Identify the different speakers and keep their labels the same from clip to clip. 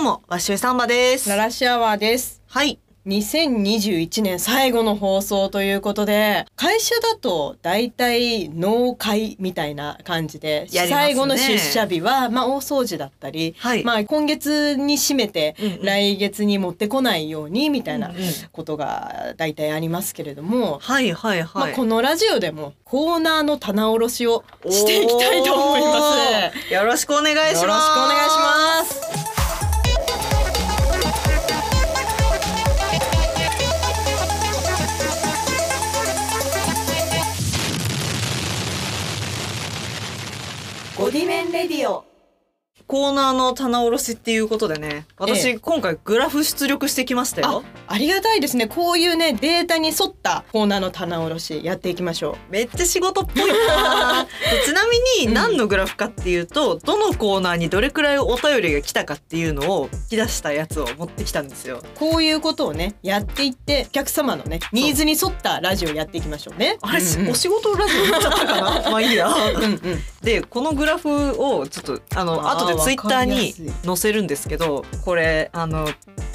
Speaker 1: も、ワッシュイサンバです。
Speaker 2: ララシアワーです。
Speaker 1: はい。
Speaker 2: 2021年最後の放送ということで、会社だと大体納会みたいな感じで、
Speaker 1: やりますね
Speaker 2: 最後の出社日は、まあ大掃除だったり、
Speaker 1: はい
Speaker 2: まあ今月に締めて
Speaker 1: うんうん
Speaker 2: 来月に持ってこないようにみたいな
Speaker 1: うんうん
Speaker 2: ことが大体ありますけれども、
Speaker 1: はいはい
Speaker 2: まあ
Speaker 1: はい。
Speaker 2: このラジオでもコーナーの棚卸しをしていきたいと思います。
Speaker 1: す。よろしくお願いします。
Speaker 2: よろしくお願いします。ゴディメンレディオ。
Speaker 1: コーナーの棚卸しっていうことでね、私、
Speaker 2: え
Speaker 1: 今回グラフ出力してきましたよ。
Speaker 2: ありがたいですね。こういうねデータに沿ったコーナーの棚卸しやっていきましょ
Speaker 1: めっちゃ仕事っぽい なちなみに何のグラフかっていうと、どのコーナーにどれくらいお便りが来たかっていうのを引き出したやつを持ってきたん ですよ
Speaker 2: う。こういうことをねやっていってお客様のねニーズに沿ったラジオやっていきましょうね。
Speaker 1: あれ、
Speaker 2: うんうん
Speaker 1: お仕事ラジオになっちゃったかなまあいいや
Speaker 2: うんうん。
Speaker 1: でこのグラフをちょっとあの
Speaker 2: あー
Speaker 1: 後でツイッターに
Speaker 2: わかりや
Speaker 1: 載せるんですけどこれあの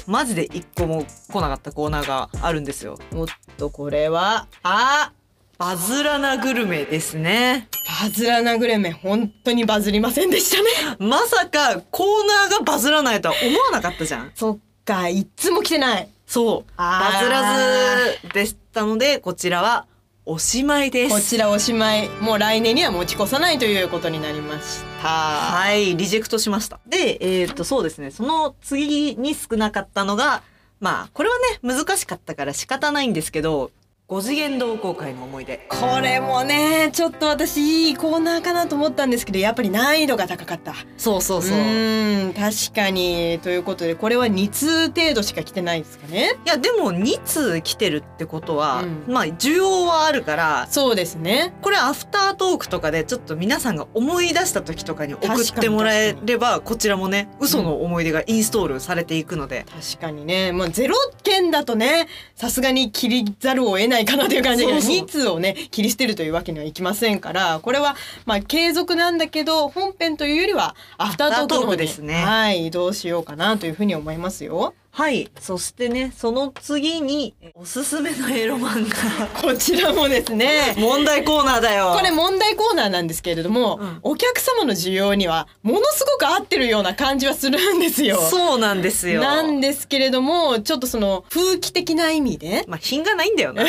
Speaker 1: マジで一個も来なかったコーナーがあるんですよ
Speaker 2: おっとこれはあ
Speaker 1: バズらなグルメですね
Speaker 2: バズらなグルメ本当にバズりませんでしたね。
Speaker 1: まさかコーナーがバズらないとは思わなかったじゃん
Speaker 2: そっかいっつも来てない。
Speaker 1: そう
Speaker 2: あ
Speaker 1: バ
Speaker 2: ー
Speaker 1: ズらずでしたのでこちらはおしまいです
Speaker 2: こちらおしまいもう来年には持ち越さないということになりました。
Speaker 1: はい、リジェクトしました。で、えーっと、そうですね、その次に少なかったのが、まあ、これはね、難しかったから仕方ないんですけど、5次元同好会の思い出。
Speaker 2: これもねちょっと私いいコーナーかなと思ったんですけどやっぱり難易度が高かった。
Speaker 1: そうそううそう。い
Speaker 2: ーん確かにということでこれは2通程度しか来てないですかね
Speaker 1: や、でも2通来てるってことは、
Speaker 2: うん
Speaker 1: まあ、需要はあるから、
Speaker 2: そうですね
Speaker 1: これアフタートークとかでちょっと皆さんが思い出した時とかに送ってもらえれば、こちらもね、嘘の思い出がインストールされていくので。
Speaker 2: 確かにねまあ0件だとねさすがに切りざるを得ないかなという感じで
Speaker 1: そうそう
Speaker 2: 2通をね切り捨てるというわけにはいきませんからこれはまあ継続なんだけど本編というよりはアフタートークの
Speaker 1: アフタートー
Speaker 2: 方
Speaker 1: クで
Speaker 2: に
Speaker 1: すね
Speaker 2: はい移動しようかなというふうに思いますよ
Speaker 1: はい。そしてね、その次に、おすすめのエロ漫画。
Speaker 2: こちらもですね
Speaker 1: 問題コーナーだよ。
Speaker 2: これ問題コーナーなんですけれども、
Speaker 1: うん
Speaker 2: お客様の需要にはものすごく合ってるような感じはするんですよ。
Speaker 1: そうなんですよ。
Speaker 2: なんですけれどもちょっとその風紀的な意味 で
Speaker 1: まあ品がないんだよな。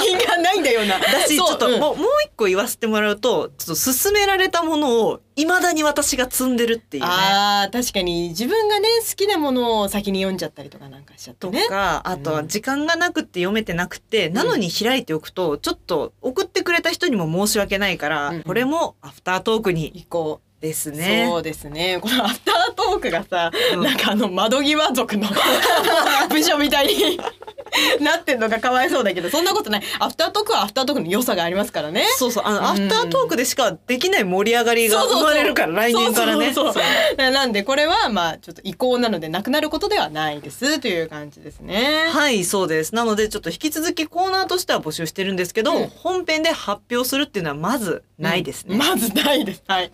Speaker 2: 品がないんだよな。
Speaker 1: だしち
Speaker 2: そう
Speaker 1: ょっと、
Speaker 2: うん
Speaker 1: もうもう一個言わせてもらうと、ちょっと勧められたものを未だに私が積んでるっていうね。
Speaker 2: あー確かに自分がね好きなものを先に読んじゃったりとかなんかしちゃって
Speaker 1: と
Speaker 2: ね。
Speaker 1: か、あとは時間がなくって読めてなくて、なのに開いておくと、ちょっと送ってくれた人にも申し訳ないから、
Speaker 2: うん
Speaker 1: これもアフタートークに
Speaker 2: 以降
Speaker 1: ですね
Speaker 2: そ。うですね。このアフタートークがさ、
Speaker 1: うん
Speaker 2: なんかあの窓際族 の部署みたいに なってんのがかわいそうだけど、そんなことない。アフタートークはアフタートークの良さがありますからね。
Speaker 1: そうそう、あの、
Speaker 2: うん
Speaker 1: アフタートークでしかできない盛り上がりが生まれるから、来年からね。
Speaker 2: そうそうそう
Speaker 1: そう
Speaker 2: ななんでこれはまあちょっと移行なのでなくなることではないですという感じですね。
Speaker 1: はい、そうです。なので、ちょっと引き続きコーナーとしては募集してるんですけど、
Speaker 2: うん
Speaker 1: 本編で発表するっていうのはまずないですね。
Speaker 2: うん
Speaker 1: い
Speaker 2: まずないです。はい。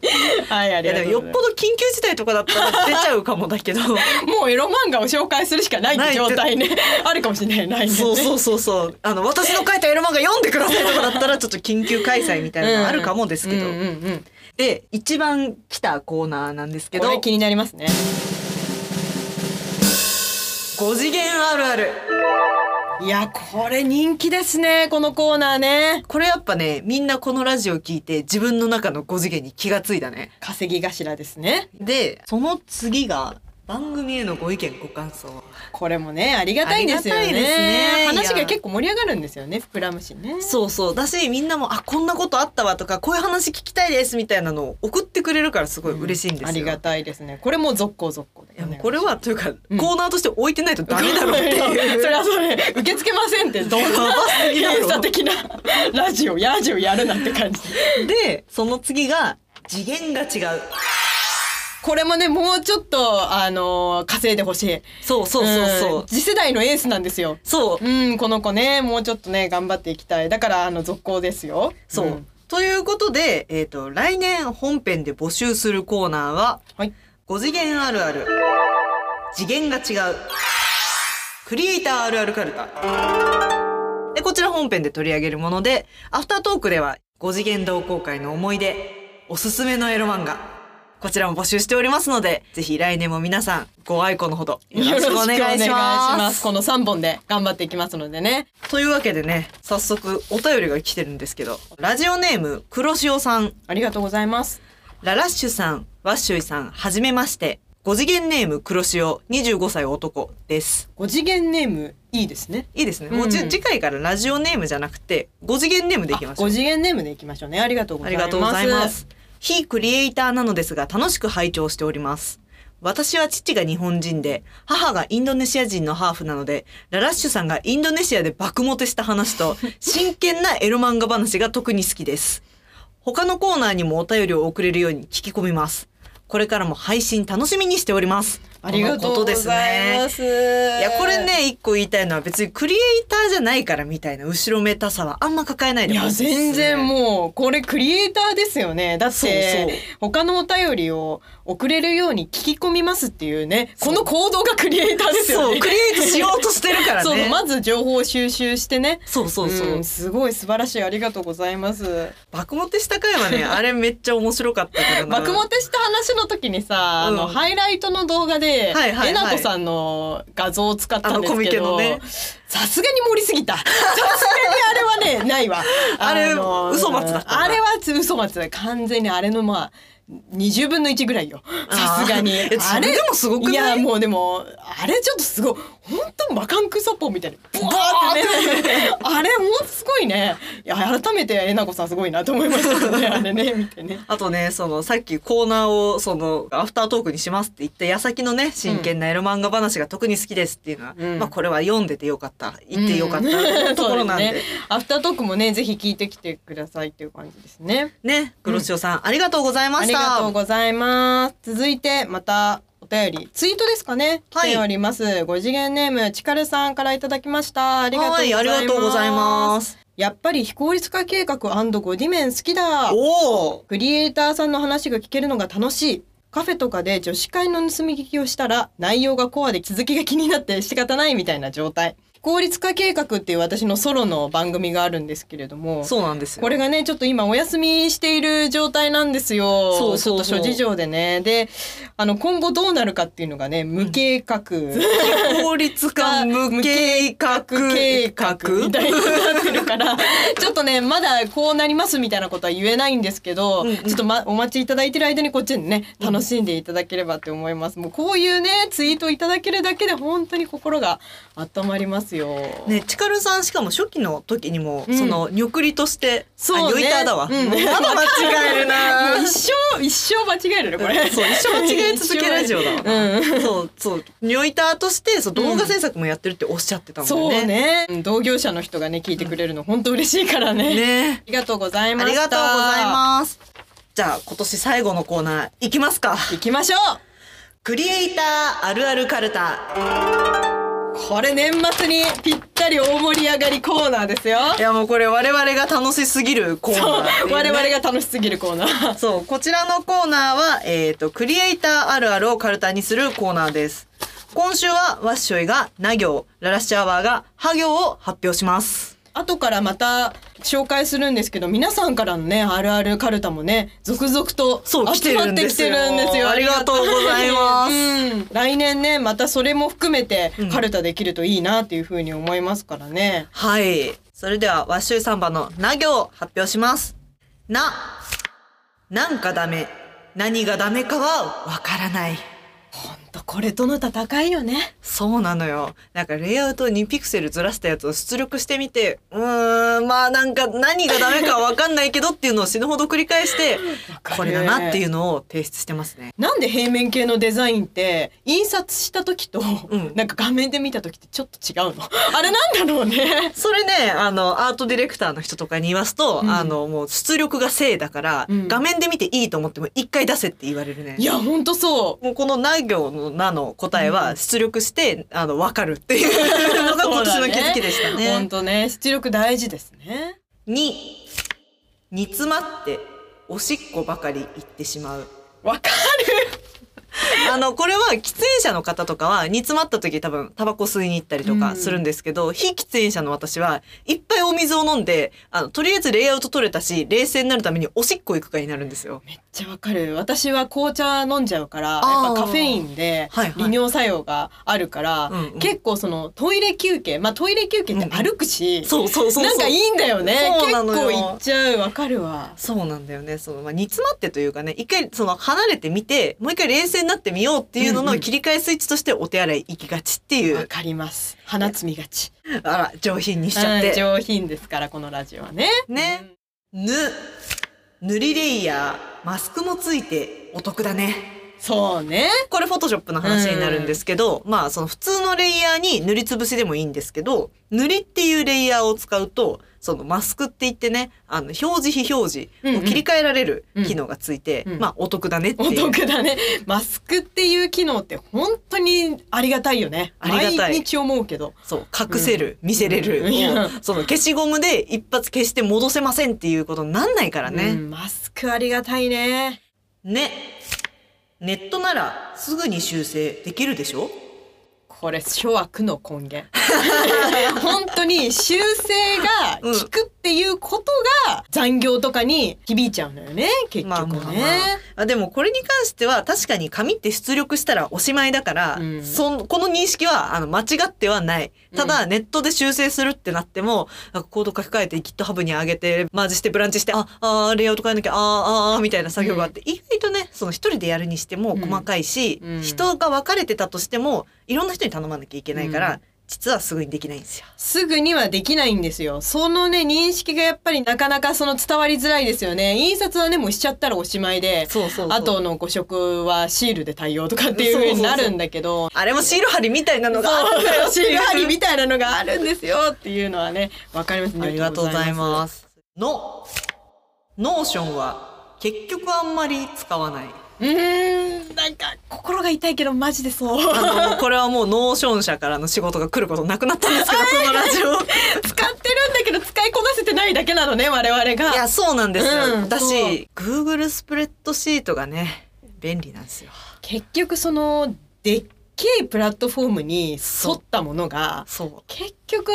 Speaker 2: はい、あり
Speaker 1: や
Speaker 2: がと
Speaker 1: で
Speaker 2: う
Speaker 1: もよっ
Speaker 2: ござい
Speaker 1: ぽ
Speaker 2: ま
Speaker 1: ど緊急事態とかだったら出ちゃうかもだけ ど
Speaker 2: す。もうエロ漫画を紹介するしかないって状態ね。 あるかもしれない。ないね。
Speaker 1: そうそうそうそうあの私の書いたエロ漫画読んでくださいとかだったらちょっと緊急開催みたいなのあるかもですけど、
Speaker 2: うんうんうん。
Speaker 1: で一番来たコーナーなんですけど
Speaker 2: これ気になりますね。
Speaker 1: 5次元あるある
Speaker 2: いや、これ人気ですね。このコーナーね。
Speaker 1: これやっぱねみんなこのラジオ聞いて自分の中の5次元に気がついたね
Speaker 2: 稼ぎ頭ですね。
Speaker 1: でその次が番組へのご意見ご感想
Speaker 2: これもね、ありがたいんですよ
Speaker 1: あ
Speaker 2: ね。
Speaker 1: りがたいですね
Speaker 2: 話
Speaker 1: い
Speaker 2: が
Speaker 1: や
Speaker 2: 結構盛り上がるんですよね。膨らむしね。
Speaker 1: そうそうだしみんなもあこんなことあったわとかこういう話聞きたいですみたいなのを送ってくれるからすごい嬉しいんですよ、
Speaker 2: ありがたいですね。これも続行続行で。
Speaker 1: いやもうこれはというか、
Speaker 2: うん
Speaker 1: コーナーとして置いてないとダメだろうっていう
Speaker 2: それはそれ受け付けませんってどんな 閉鎖的な ラジオヤジをやるなって感じ。
Speaker 1: でその次が次元が違う
Speaker 2: これもねもうちょっとあのー稼いでほしい。
Speaker 1: そうそうそうそう、
Speaker 2: ん次世代のエースなんですよ。
Speaker 1: そう
Speaker 2: うんこの子ねもうちょっとね頑張っていきたい。だからあの続行ですよ。
Speaker 1: そう、
Speaker 2: ん
Speaker 1: ということで、えっと来年本編で募集するコーナーは
Speaker 2: はい。
Speaker 1: 「5次元あるある」次元が違うクリエイターあるあるカルタでこちら本編で取り上げるものでアフタートークでは5次元同好会の思い出おすすめのエロ漫画こちらも募集しておりますのでぜひ来年も皆さんご愛顧のほどよろしくお願いします
Speaker 2: この三本で頑張っていきますのでね。
Speaker 1: というわけでね早速お便りが来てるんですけどラジオネーム黒潮さん
Speaker 2: ありがとうございます。
Speaker 1: ララッシュさん、ワッシュイさん、はじめまして。5次元ネーム、黒潮、25歳男です。
Speaker 2: 五次元ネームいいですね。
Speaker 1: いいですね。もうじゅ、
Speaker 2: うん
Speaker 1: 次回からラジオネームじゃなくて、5次元ネームでいきましょ
Speaker 2: あ
Speaker 1: う
Speaker 2: 五。次元ネームでいきましょうね。ありがとうご
Speaker 1: あ
Speaker 2: ざ
Speaker 1: り
Speaker 2: います。
Speaker 1: がとうございます。。非クリエイターなのですが楽しく拝聴しております。私は父が日本人で、母がインドネシア人のハーフなので、ララッシュさんがインドネシアで爆モテした話 と、真剣なエロ漫画話が特に好きです。他のコーナーにもお便りを送れるように聞き込みます。これからも配信楽しみにしております。
Speaker 2: ありがとうござい
Speaker 1: との
Speaker 2: ま。
Speaker 1: ことですすね。いや、これ。ね、一個言いたいのは別にクリエイターじゃないからみたいな後ろめたさはあんま抱えない
Speaker 2: い
Speaker 1: で
Speaker 2: や
Speaker 1: ほしいですね
Speaker 2: 全然もうこれクリエイターですよねだって
Speaker 1: そうそう
Speaker 2: 他のお便りを送れるように聞き込みますっていうね
Speaker 1: そ
Speaker 2: こ
Speaker 1: う
Speaker 2: の行動がクリエイターですよ
Speaker 1: そ
Speaker 2: ね
Speaker 1: う、クリエイトしようとしてるからね。
Speaker 2: そうそうまず情報を収集してね
Speaker 1: そうそうそう。
Speaker 2: んすごい素晴らしいありがとうございます
Speaker 1: 爆モテした回は ね、あれめっちゃ面白かったからな。
Speaker 2: 爆モテした話の時にさ、
Speaker 1: うん
Speaker 2: あのハイライトの動画で、
Speaker 1: はいはいはい
Speaker 2: えなこさんの画像を使っ
Speaker 1: あ
Speaker 2: たん
Speaker 1: の
Speaker 2: です
Speaker 1: コミ
Speaker 2: け
Speaker 1: ケの
Speaker 2: ど
Speaker 1: ね。
Speaker 2: さすがに盛りすぎたさすがにあれはねないわ
Speaker 1: あれ
Speaker 2: の
Speaker 1: 嘘松だったな
Speaker 2: あれは嘘松だ完全にあれのまあ20分の1ぐらいよさすがに
Speaker 1: あーえそ
Speaker 2: あ
Speaker 1: れ
Speaker 2: れ
Speaker 1: でもすごくない
Speaker 2: いやもうでもあれちょっとすごい本当魔漢クソポみたいなブワーってね あれもうすごいねいや改めてえなこさんすごいなと思いましたねあれね見てね
Speaker 1: あとね、その、さっきコーナーを、その、アフタートークにしますって言った矢先のね、真剣なエロ漫画話が特に好きですっていうのは、
Speaker 2: うん
Speaker 1: まあこれは読んでてよかった、言ってよかった、
Speaker 2: うん
Speaker 1: ところなんで。
Speaker 2: そうですねアフタートークもねぜひ聞いてきてくださいっていう感じですね
Speaker 1: ね、黒潮さん、ありがとうございま
Speaker 2: あ
Speaker 1: し
Speaker 2: りが
Speaker 1: た。
Speaker 2: とうございます。続いてまたお便りツイートですかね。
Speaker 1: はい
Speaker 2: 来ております。五次元ネームちかるさんからいただきました。ありがとうございます。
Speaker 1: はいありがとうございます。
Speaker 2: やっぱり非効率化計画ゴディメン好きだ。
Speaker 1: おお。
Speaker 2: クリエイターさんの話が聞けるのが楽しい。カフェとかで女子会の盗み聞きをしたら内容がコアで続きが気になって仕方ないみたいな状態。非効率化計画っていう私のソロの番組があるんですけれども。
Speaker 1: そうなんですよ。
Speaker 2: これがねちょっと今お休みしている状態なんですよ
Speaker 1: そうそうそう
Speaker 2: ちょっと諸事情でねであの今後どうなるかっていうのがね無計画、
Speaker 1: 法律化無計画
Speaker 2: 計画みたいになってるから ちょっとねまだこうなりますみたいなことは言えないんですけ
Speaker 1: う
Speaker 2: ど、
Speaker 1: んうん
Speaker 2: ちょっと、ま、お待ちいただいてる間にこっちでね
Speaker 1: うん
Speaker 2: 楽しんでいただければって思います、もうこういうねツイートいただけるだけで本当に心が温まりますよ。
Speaker 1: ね、チカルさんしかも初期の時にも、
Speaker 2: うん
Speaker 1: その、にょくりとして、
Speaker 2: そうね
Speaker 1: あ、ニョイターだわ。
Speaker 2: うん
Speaker 1: もうまだ間違える
Speaker 2: もう
Speaker 1: な
Speaker 2: 一生一生間違えるねこ れ。
Speaker 1: そう、一生間違え続けラジオだわ。
Speaker 2: うん
Speaker 1: そう、そう、ニョイターとして、そう、動画制作もやってるっておっしゃってたもんね。
Speaker 2: そう。ねうん同業者の人がね聞いてくれるの本当嬉しいからね
Speaker 1: ね
Speaker 2: ありがとうございま
Speaker 1: あ
Speaker 2: した
Speaker 1: りがとうございます。じゃあ、今年最後のコーナー、いきますか。
Speaker 2: 行きましょ
Speaker 1: クリエイターあるあるカルタ。
Speaker 2: うこれ年末にぴったり大盛り上がりコーナーですよ
Speaker 1: いや、もうこれ我々が楽しすぎるコーナーっていうね、
Speaker 2: 我々が楽しすぎるコーナー
Speaker 1: そう、こちらのコーナーは、えっ、と、クリエイターあるあるをカルタにするコーナーです。今週は、ワッショイが、な行、ララッシュアワーが、は行を発表します。
Speaker 2: 後からまた紹介するんですけど皆さんからのねあるあるカルタもね続々と
Speaker 1: そう来て
Speaker 2: 集ま
Speaker 1: る
Speaker 2: っ
Speaker 1: ん
Speaker 2: て
Speaker 1: で
Speaker 2: き
Speaker 1: す
Speaker 2: て
Speaker 1: よ
Speaker 2: るんですよ
Speaker 1: ありがとうございます
Speaker 2: うん来年ねまたそれも含めて
Speaker 1: うん
Speaker 2: カルタできるといいなっていうふうに思いますからね、
Speaker 1: はい。それでは、ワッショイサンバのな行を発表します。な、なんかダメ。何がダメかはわからない。
Speaker 2: ほんとこれとの戦いよね
Speaker 1: そうなのよ。なんかレイアウトを2ピクセルずらしたやつを出力してみて、うーん、まあなんか何がダメかわかんないけどっていうのを死ぬほど繰り返して、
Speaker 2: かる
Speaker 1: これだなっていうのを提出してますね。
Speaker 2: なんで平面系のデザインって印刷した時と、
Speaker 1: うん
Speaker 2: なんか画面で見た時ってちょっと違うの あれなんだろうね
Speaker 1: それね、あの、アートディレクターの人とかに言わすと、
Speaker 2: うん
Speaker 1: あの、もう出力が正だから、
Speaker 2: うん
Speaker 1: 画面で見ていいと思っても一回出せって言われるね
Speaker 2: い。やほんとそ
Speaker 1: もうこのな行のなの答え
Speaker 2: う
Speaker 1: は
Speaker 2: ん
Speaker 1: 出力して、あの、わかるっていうのが今年の気づきでした
Speaker 2: う、
Speaker 1: ね。
Speaker 2: ほんとね出力大事ですね
Speaker 1: に煮詰まっておしっこばかり行ってしまう
Speaker 2: わか
Speaker 1: あの、これは喫煙者の方とかは煮詰まった時多分タバコ吸いに行ったりとかするんですけど、非喫煙者の私はいっぱいお水を飲んで、あの、とりあえずレイアウト取れたし、冷静になるためにおしっこ行くかになるんですよ。
Speaker 2: めっちゃわかる私は紅茶飲んじゃうからやっ
Speaker 1: あー
Speaker 2: ぱカフェインで
Speaker 1: はいはい
Speaker 2: 利尿作用があるから、
Speaker 1: うんうん
Speaker 2: 結構そのトイレ休憩まあトイレ休憩って歩くし、
Speaker 1: そうそうそうそう。
Speaker 2: なんかいいんだよね
Speaker 1: そう
Speaker 2: 結
Speaker 1: なのよ
Speaker 2: 構行っちゃうわかるわ
Speaker 1: そうなんだよね。その、まあ、煮詰まってというかね、一回、その、離れてみて、もう一回冷静になってみようっていうの
Speaker 2: うん
Speaker 1: の
Speaker 2: うん
Speaker 1: 切り替えスイッチとしてお手洗い行きがちっていう、
Speaker 2: わかります鼻つみがち
Speaker 1: あら、上品にしちゃっ
Speaker 2: うん
Speaker 1: て。
Speaker 2: 上品ですからこのラジオはね
Speaker 1: ね。ぬ、塗りレイヤー、マスクもついてお得だね。
Speaker 2: うんそうね
Speaker 1: これフォトショップの話になるんですけど、まあその普通のレイヤーに塗りつぶしでもいいんですけど、塗りっていうレイヤーを使うと、そのマスクって言ってね、あの表示非表示を切り替えられる機能がついて、
Speaker 2: うんうん
Speaker 1: まあお得だねって
Speaker 2: お
Speaker 1: いう。
Speaker 2: 得だねマスクっていう機能って本当にありがたいよね
Speaker 1: ありがたい
Speaker 2: 毎日思うけど
Speaker 1: そう、隠せる、見せれる、
Speaker 2: うんいや
Speaker 1: その消しゴムで一発消して戻せませんっていうことになんないから
Speaker 2: う
Speaker 1: ね。
Speaker 2: んマスクありがたいね
Speaker 1: ね。ネットならすぐに修正できるでしょ
Speaker 2: これ諸悪の根 源本当に修正が効くっていうことが残業とかに響いちゃうのよね結
Speaker 1: まあ
Speaker 2: 局ね、
Speaker 1: まあまああでもこれに関しては確かに紙って出力したらおしまいだから、
Speaker 2: うん
Speaker 1: そんこの認識はあの間違ってはないただネットで修正するってなっても、なんかコード書き換えて GitHub に上げてマージしてブランチしてああーレイアウト変えなきゃあーあーあーみたいな作業があって、意外とねその一人でやるにしても
Speaker 2: うん
Speaker 1: 細かいし、
Speaker 2: うん
Speaker 1: 人が分かれてたとしてもいろんな人に頼まなきゃいけないから、
Speaker 2: うん
Speaker 1: 実はすぐにできないんですよ。
Speaker 2: すぐにはできないんですよそのね認識がやっぱりなかなかその伝わりづらいですよね印刷はねもうしちゃったらおしまいで
Speaker 1: そうそうそう
Speaker 2: あとの誤色はシールで対応とかっていう風になるんだけど
Speaker 1: あれもシール貼りみたいなのがあるんだよ
Speaker 2: シール貼りみたいなのがあるんですよっていうのはねわかります
Speaker 1: ありがとうございます。の、ノーションは結局あんまり使わない。
Speaker 2: うーん、なんか心が痛いけどマジでそう。
Speaker 1: あの、これはもうノーション社からの仕事が来ることなくなったんです けど、このラジオ。
Speaker 2: 使ってるんだけど使いこなせてないだけなのね、我々
Speaker 1: い
Speaker 2: が。
Speaker 1: や、そうなんですよ。
Speaker 2: うん
Speaker 1: 私、Google スプレッドシートがね、便利なんですよ。
Speaker 2: 結局その、でっけえプラットフォームに沿ったものが、
Speaker 1: そう。
Speaker 2: 結局、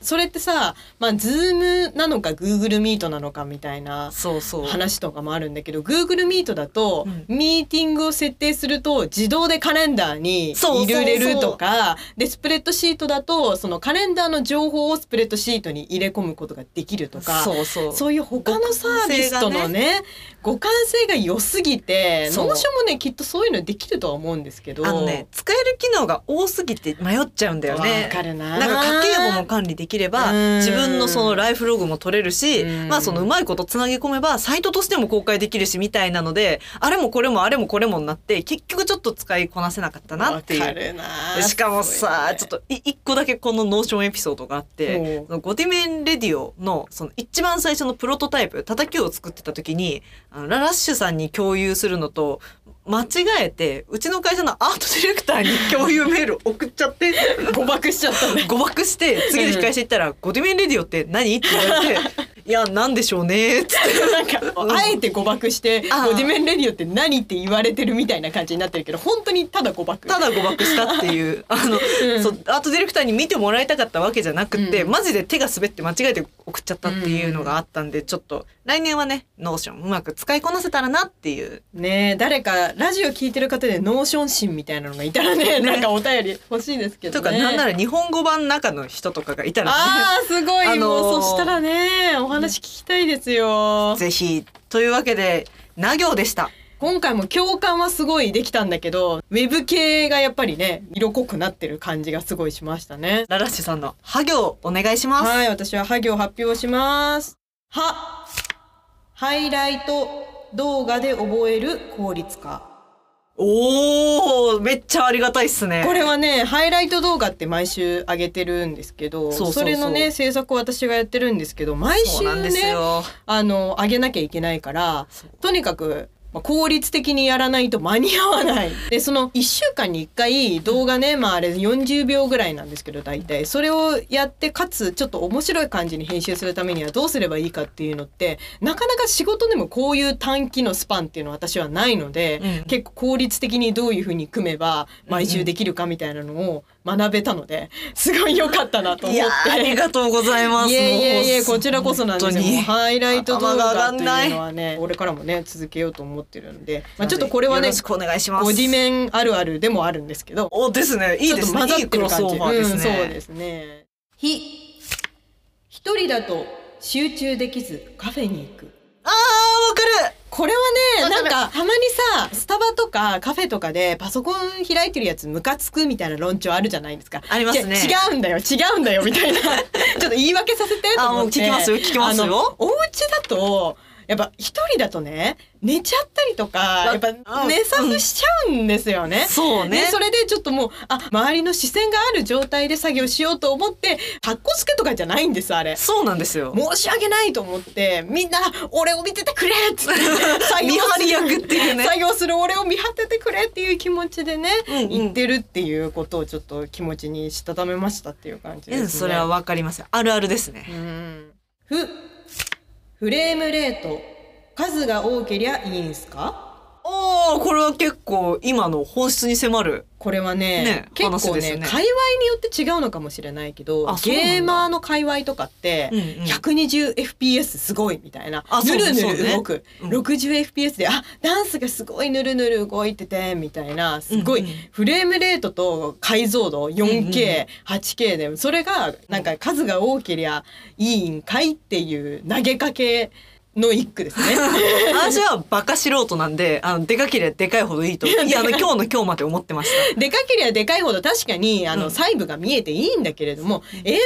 Speaker 2: それってさ、まあ、ズームなのか Google Meet なのかみたいな
Speaker 1: そうそう。
Speaker 2: 話とかもあるんだけど Google Meet だと、
Speaker 1: う
Speaker 2: ミーティングを設定すると自動でカレンダーに
Speaker 1: そうそう
Speaker 2: 入
Speaker 1: そう
Speaker 2: れるとかでスプレッドシートだとそのカレンダーの情報をスプレッドシートに入れ込むことができるとか。
Speaker 1: そうそう。
Speaker 2: そういう他のサービスとのね互換性が良すぎて
Speaker 1: そう
Speaker 2: ノーションもねきっとそういうのできるとは思うんですけど
Speaker 1: あのね、使える機能が多すぎて迷っちゃうんだよね。
Speaker 2: わかるな
Speaker 1: なんか家計簿も管理できれば
Speaker 2: うん
Speaker 1: 自分のそのライフログも取れるし
Speaker 2: うん
Speaker 1: まあそのうまいことつなぎ込めばサイトとしても公開できるしみたいなのであれもこれもあれもこれもになって結局ちょっと使いこなせなかったなって
Speaker 2: わか
Speaker 1: いう。
Speaker 2: るな
Speaker 1: しかもさ、ちょ
Speaker 2: そ
Speaker 1: っとい一個だけこのノーションエピソードがあって
Speaker 2: おう、
Speaker 1: そのゴディメンレディオのその一番最初のプロトタイプ、叩きを作ってた時に、あのララッシュさんに共有するのと、間違えて、うちの会社のアートディレクターに共有メール送っちゃって、
Speaker 2: うね誤爆しちゃったね
Speaker 1: 誤爆して次の控え室行ったら「ゴディメンレディオって何?」って言われて 「いやなんでしょうね」っつって
Speaker 2: なんか、あえて誤爆して、
Speaker 1: ああ
Speaker 2: ゴディメンレディオって何って言われてるみたいな感じになってるけど、本当にただ誤爆。
Speaker 1: ただ誤爆したっていう あの、
Speaker 2: うん
Speaker 1: そうアートディレクターに見てもらいたかったわけじゃなくて、
Speaker 2: うん
Speaker 1: マジで手が滑って間違えて送っちゃったっていうのがあったんで、ちょっと来年はねノーションうまく使いこなせたらなっていう
Speaker 2: ねえ、誰か、ラジオ聞いてる方でノーション心みたいなのがいたら ね、なんかお便り欲しいですけど
Speaker 1: と
Speaker 2: ね。
Speaker 1: かなんなら日本語版の中の人とかがいたら、
Speaker 2: ああ、すごい、
Speaker 1: あのー
Speaker 2: もう、そしたらね、お話聞きたいですよ。
Speaker 1: ぜひというわけでな行でした。
Speaker 2: 今回も共感はすごいできたんだけど、ウェブ系がやっぱりね、色濃くなってる感じがすごいしましたね。
Speaker 1: ララッシュさんのハ行お願いします。
Speaker 2: はい、私はハ行発表します。は、ハイライト動画で覚える効率化。
Speaker 1: おーめっちゃありがたいっすね。
Speaker 2: これはね、ハイライト動画って毎週上げてるんですけど、
Speaker 1: そうそうそう
Speaker 2: れのね、制作を私がやってるんですけど、毎
Speaker 1: そう
Speaker 2: 週
Speaker 1: なんです
Speaker 2: ね、
Speaker 1: よ。
Speaker 2: あの、上げなきゃいけないから、とにかく、まあ効率的にやらないと間に合わ ない。で、その1週間に1回動画ね、まああれ40秒ぐらいなんですけど、大体。それをやって、かつちょっと面白い感じに編集するためにはどうすればいいかっていうのって、なかなか仕事でもこういう短期のスパンっていうのは私はないので、
Speaker 1: うん
Speaker 2: 結構効率的にどういうふうに組めば毎
Speaker 1: うんう
Speaker 2: 週
Speaker 1: ん
Speaker 2: できるかみたいなのを学べたので、すごい良かったなと思
Speaker 1: い
Speaker 2: って
Speaker 1: や。ーありがとうございます。
Speaker 2: いえいえいえ
Speaker 1: もう
Speaker 2: こちらこそなんです
Speaker 1: 本
Speaker 2: よ
Speaker 1: 当
Speaker 2: もう
Speaker 1: に
Speaker 2: ハイライト動画って
Speaker 1: 頭が上が
Speaker 2: い
Speaker 1: ん
Speaker 2: う
Speaker 1: な
Speaker 2: の
Speaker 1: い
Speaker 2: はねこれからもね続けようと思ってるんで、まあ、ちょっとこれは
Speaker 1: よ
Speaker 2: ね
Speaker 1: ろしくお願いします。
Speaker 2: ボディ面あるあるでもあるんですけど
Speaker 1: おですね。いいです
Speaker 2: ちょっと混ざ
Speaker 1: ね。い
Speaker 2: っ
Speaker 1: いク
Speaker 2: てる
Speaker 1: ロス
Speaker 2: 感
Speaker 1: オ
Speaker 2: じ
Speaker 1: ーバーですね。
Speaker 2: うんそうですねひ一人だと集中できずカフェに行く
Speaker 1: ああわかる。
Speaker 2: これはね、
Speaker 1: わ
Speaker 2: な
Speaker 1: か
Speaker 2: ん
Speaker 1: る
Speaker 2: か、たまにさ、スタバとかカフェとかでパソコン開いてるやつムカつくみたいな論調あるじゃないですか。
Speaker 1: ありますね
Speaker 2: いや違うんだよ、違うんだよ、みた いな。ちょっと言い訳させてと
Speaker 1: あも
Speaker 2: 思
Speaker 1: う
Speaker 2: って。
Speaker 1: 聞きますよ聞きますよ
Speaker 2: あの。お家だと、やっぱ一人だとね、寝ちゃったりとか、やっぱ
Speaker 1: うん
Speaker 2: 寝さぶしちゃうんですよね。
Speaker 1: そうね
Speaker 2: でそれでちょっともうあ周りの視線がある状態で作業しようと思ってかっこつけとかじゃないんですあれ
Speaker 1: そうなんですよ。
Speaker 2: 申し訳ないと思ってみんな俺を見ててくれっつって作 業
Speaker 1: 見
Speaker 2: す
Speaker 1: 張
Speaker 2: る
Speaker 1: り役っていうね。
Speaker 2: 作業する俺を見張っててくれっていう気持ちでね、
Speaker 1: うんうん
Speaker 2: 言ってるっていうことをちょっと気持ちにしたためましたっていう感じですね。
Speaker 1: うん、それはわかりますよ。あるあるです
Speaker 2: う
Speaker 1: ね。
Speaker 2: んふフレームレート数が多けりゃいいんすか
Speaker 1: おお、これは結構今の本質に迫る。
Speaker 2: これはね
Speaker 1: ね
Speaker 2: 結構
Speaker 1: 話
Speaker 2: ね
Speaker 1: ですよね
Speaker 2: 界隈によって違うのかもしれないけど
Speaker 1: あそうなんだ
Speaker 2: ゲーマーの界隈とかって、
Speaker 1: うんうん
Speaker 2: 120fps すごいみたいな
Speaker 1: あそ
Speaker 2: ぬ
Speaker 1: うね
Speaker 2: るぬる動く、
Speaker 1: そうねうん
Speaker 2: 60fps であダンスがすごいぬるぬる動いててみたいなすごい、
Speaker 1: うんうん
Speaker 2: フレームレートと解像度 4K8K でそれがなんか数が多けりゃいいんかいっていう投げかけの一句です ね。
Speaker 1: 私はバカ素人なんで、あの、でかければでかいほどいいと。いや、あの、今日の今日まで思ってまし
Speaker 2: でかけりゃでかいほど確かにあの、
Speaker 1: うん。
Speaker 2: 細部が見えていいんだけれども映像制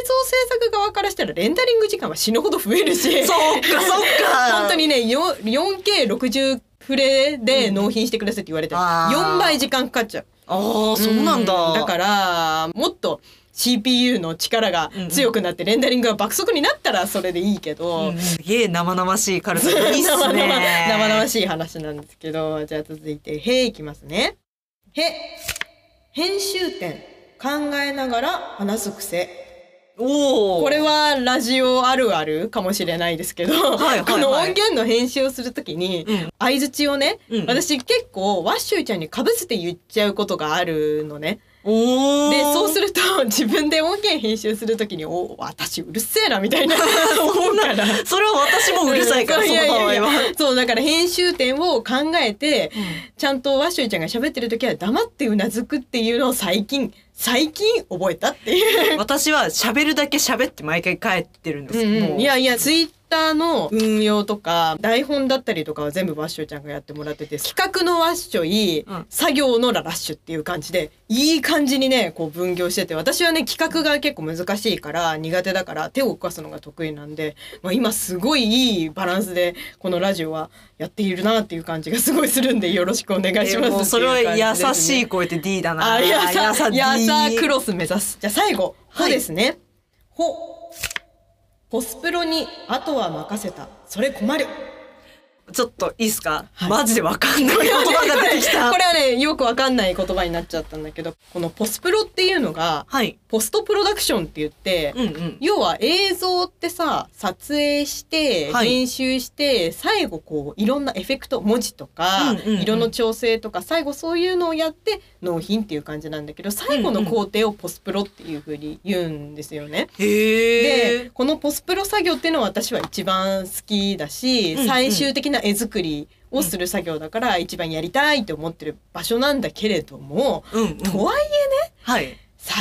Speaker 2: 作側からしたらレンダリング時間は死ぬほど増えるし た
Speaker 1: そうか、そうか。
Speaker 2: 本当。にねよ 4K60 フレで納品してくださいって言われて
Speaker 1: うんあー
Speaker 2: 4倍時間かかっちゃう。
Speaker 1: ああ、そうなんだ。
Speaker 2: だからもっと CPU の力が強くなってレンダリングが爆速になったらそれでいいけど、
Speaker 1: うん、すげえ生々しいカルタ。いいっすね。
Speaker 2: 生々生々しい話なんですけどじゃあ続いて「へ」いきますね。へ編集点考えながら話す癖
Speaker 1: おお。
Speaker 2: これはラジオあるあるかもしれないですけど、
Speaker 1: はいはい
Speaker 2: この音源の編集をするときに
Speaker 1: うん
Speaker 2: 相づちをね、
Speaker 1: うん
Speaker 2: 私結構ワッシュイちゃんにかぶせて言っちゃうことがあるのね。
Speaker 1: おお。
Speaker 2: でそうす
Speaker 1: る。
Speaker 2: ると自分で音源編集するときに「お私うるせえな」み たいな思うから。
Speaker 1: それは私もうるさいから、
Speaker 2: うん
Speaker 1: その
Speaker 2: や
Speaker 1: 場合
Speaker 2: やや
Speaker 1: は。
Speaker 2: そうだから編集点を考えて、
Speaker 1: うん
Speaker 2: ちゃんとワッシュイちゃんが喋ってる時は黙ってうなずくっていうのを最近最近覚えたっていう。
Speaker 1: 私は喋るだけ喋って毎回帰ってるんです
Speaker 2: う
Speaker 1: よ
Speaker 2: んうん
Speaker 1: もう
Speaker 2: いやいやツイッターの運用とか台本だったりとかは全部ワッシュイちゃんがやってもらってて企画のワッシュイ、
Speaker 1: うん
Speaker 2: 作業のララッシュっていう感じでいい感じにねこう分業してて私はね企画が結構難しいから苦手だから手を動かすのが得意なんで、まあ、今すごいいいバランスでこのラジオはやっているなっていう感じがすごいするんでよろしくお願いしますっていう感じですね、
Speaker 1: えーもうそれは優しい声で D だな。
Speaker 2: あ、いや
Speaker 1: や
Speaker 2: さ、
Speaker 1: さ
Speaker 2: いや
Speaker 1: D
Speaker 2: さクロス目指す。じゃあ最後、
Speaker 1: は
Speaker 2: ほ
Speaker 1: い
Speaker 2: ですね。ほ、ポスプロにあとは任せた。それ困る。
Speaker 1: ちょっといいっすか、
Speaker 2: はい
Speaker 1: マジでわかんない言葉が出てきた。
Speaker 2: これはね、よくわかんない言葉になっちゃったんだけど、このポスプロっていうのが、
Speaker 1: はい。
Speaker 2: ポストプロダクションって言って、
Speaker 1: うんうん。
Speaker 2: 要は映像ってさ撮影して
Speaker 1: はい
Speaker 2: 編集して、最後こういろんなエフェクト文字とか、
Speaker 1: うんうんうん
Speaker 2: 色の調整とか最後そういうのをやって納品っていう感じなんだけど最後の工程をポスプロっていうふうに言うんですよね。
Speaker 1: へ
Speaker 2: で
Speaker 1: え。
Speaker 2: このポスプロ作業っていうのは私は一番好きだし、
Speaker 1: うんうん
Speaker 2: 最終的な絵作りをする作業だから一番やりたいと思ってる場所なんだけれども、
Speaker 1: うん、うん。
Speaker 2: とはいえ
Speaker 1: はい。
Speaker 2: 撮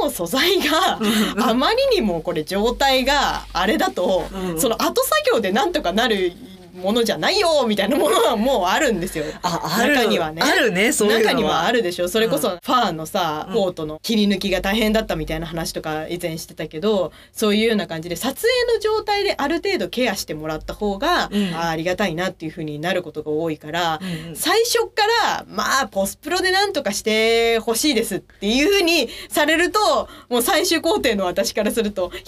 Speaker 2: 影の素材が
Speaker 1: うん
Speaker 2: あまりにもこれ状態があれだと、
Speaker 1: うん
Speaker 2: その後作業でなんとかなるものじゃないよみたいなものはもうあるんですよ。
Speaker 1: あ、ある。
Speaker 2: 中にはね
Speaker 1: あるね、そういうの
Speaker 2: 中にはあ
Speaker 1: る。
Speaker 2: るでしょそれこそファーのさ、
Speaker 1: うん
Speaker 2: コートの切り抜きが大変だったみたいな話とか以前してたけどそういうような感じで撮影の状態である程度ケアしてもらった方が、
Speaker 1: うん
Speaker 2: あーありがたいなっていう風になることが多いから、
Speaker 1: うんうん
Speaker 2: 最初からまあポスプロでなんとかしてほしいですっていう風にされるともう最終工程の私からすると「ヒエ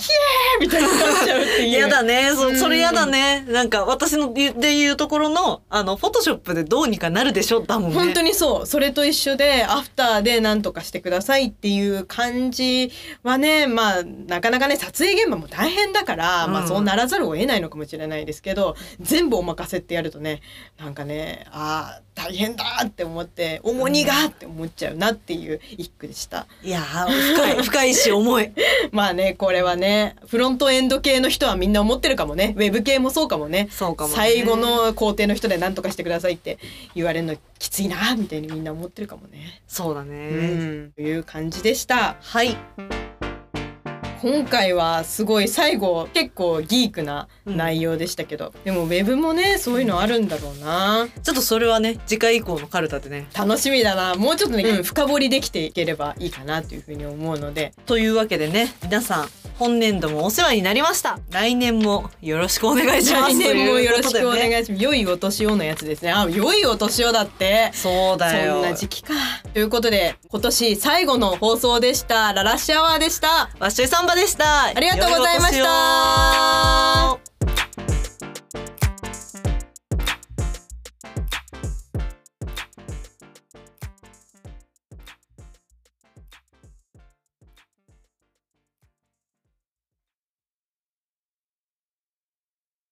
Speaker 2: ー!」みたいになっちゃうっていう。
Speaker 1: 嫌だね、
Speaker 2: う
Speaker 1: そ
Speaker 2: ん
Speaker 1: それ嫌だね。なんか私のでいうところの、あの、フォトショップでどうにかなるでしょだもんね。
Speaker 2: 本当にそうそれと一緒でアフターで何とかしてくださいっていう感じはねまあなかなかね撮影現場も大変だから、
Speaker 1: うん
Speaker 2: まあそうならざるを得ないのかもしれないですけど全部お任せってやるとねなんかねあー大変だって思って重荷がって思っちゃうなっていう一句でした。
Speaker 1: いやー、深 い、深いし重い。
Speaker 2: まあねこれはねフロントエンド系の人はみんな思ってるかもねウェブ系もそうかもね。
Speaker 1: そうかも、ね。
Speaker 2: 最後。の工程の人で何とかしてくださいって言われるのきついなみたいにみんな思ってるかもね。
Speaker 1: そうだね。
Speaker 2: うん、という感じでした
Speaker 1: はい。
Speaker 2: 今回はすごい最後結構ギークな内容でしたけど、でもウェブもねそういうのあるんだろうな
Speaker 1: ちょっとそれはね、次回以降のカルタでね。
Speaker 2: 楽しみだなもうちょっとね、うん深掘りできていければいいかなというふうに思う ので
Speaker 1: というわけでね、皆さん、本年度もお世話になりました。来年もよろしくお願い します。
Speaker 2: 来年もよろし
Speaker 1: とい
Speaker 2: く
Speaker 1: う
Speaker 2: お
Speaker 1: ことでね
Speaker 2: 願いします、良いお年をのやつですねあ良いお年をだって
Speaker 1: そうだよ。
Speaker 2: そんな時期かということで今年最後の放送でしたララッシュアワーでした
Speaker 1: わっしょいさんばでした。
Speaker 2: ありがとうございました
Speaker 1: 良いお年を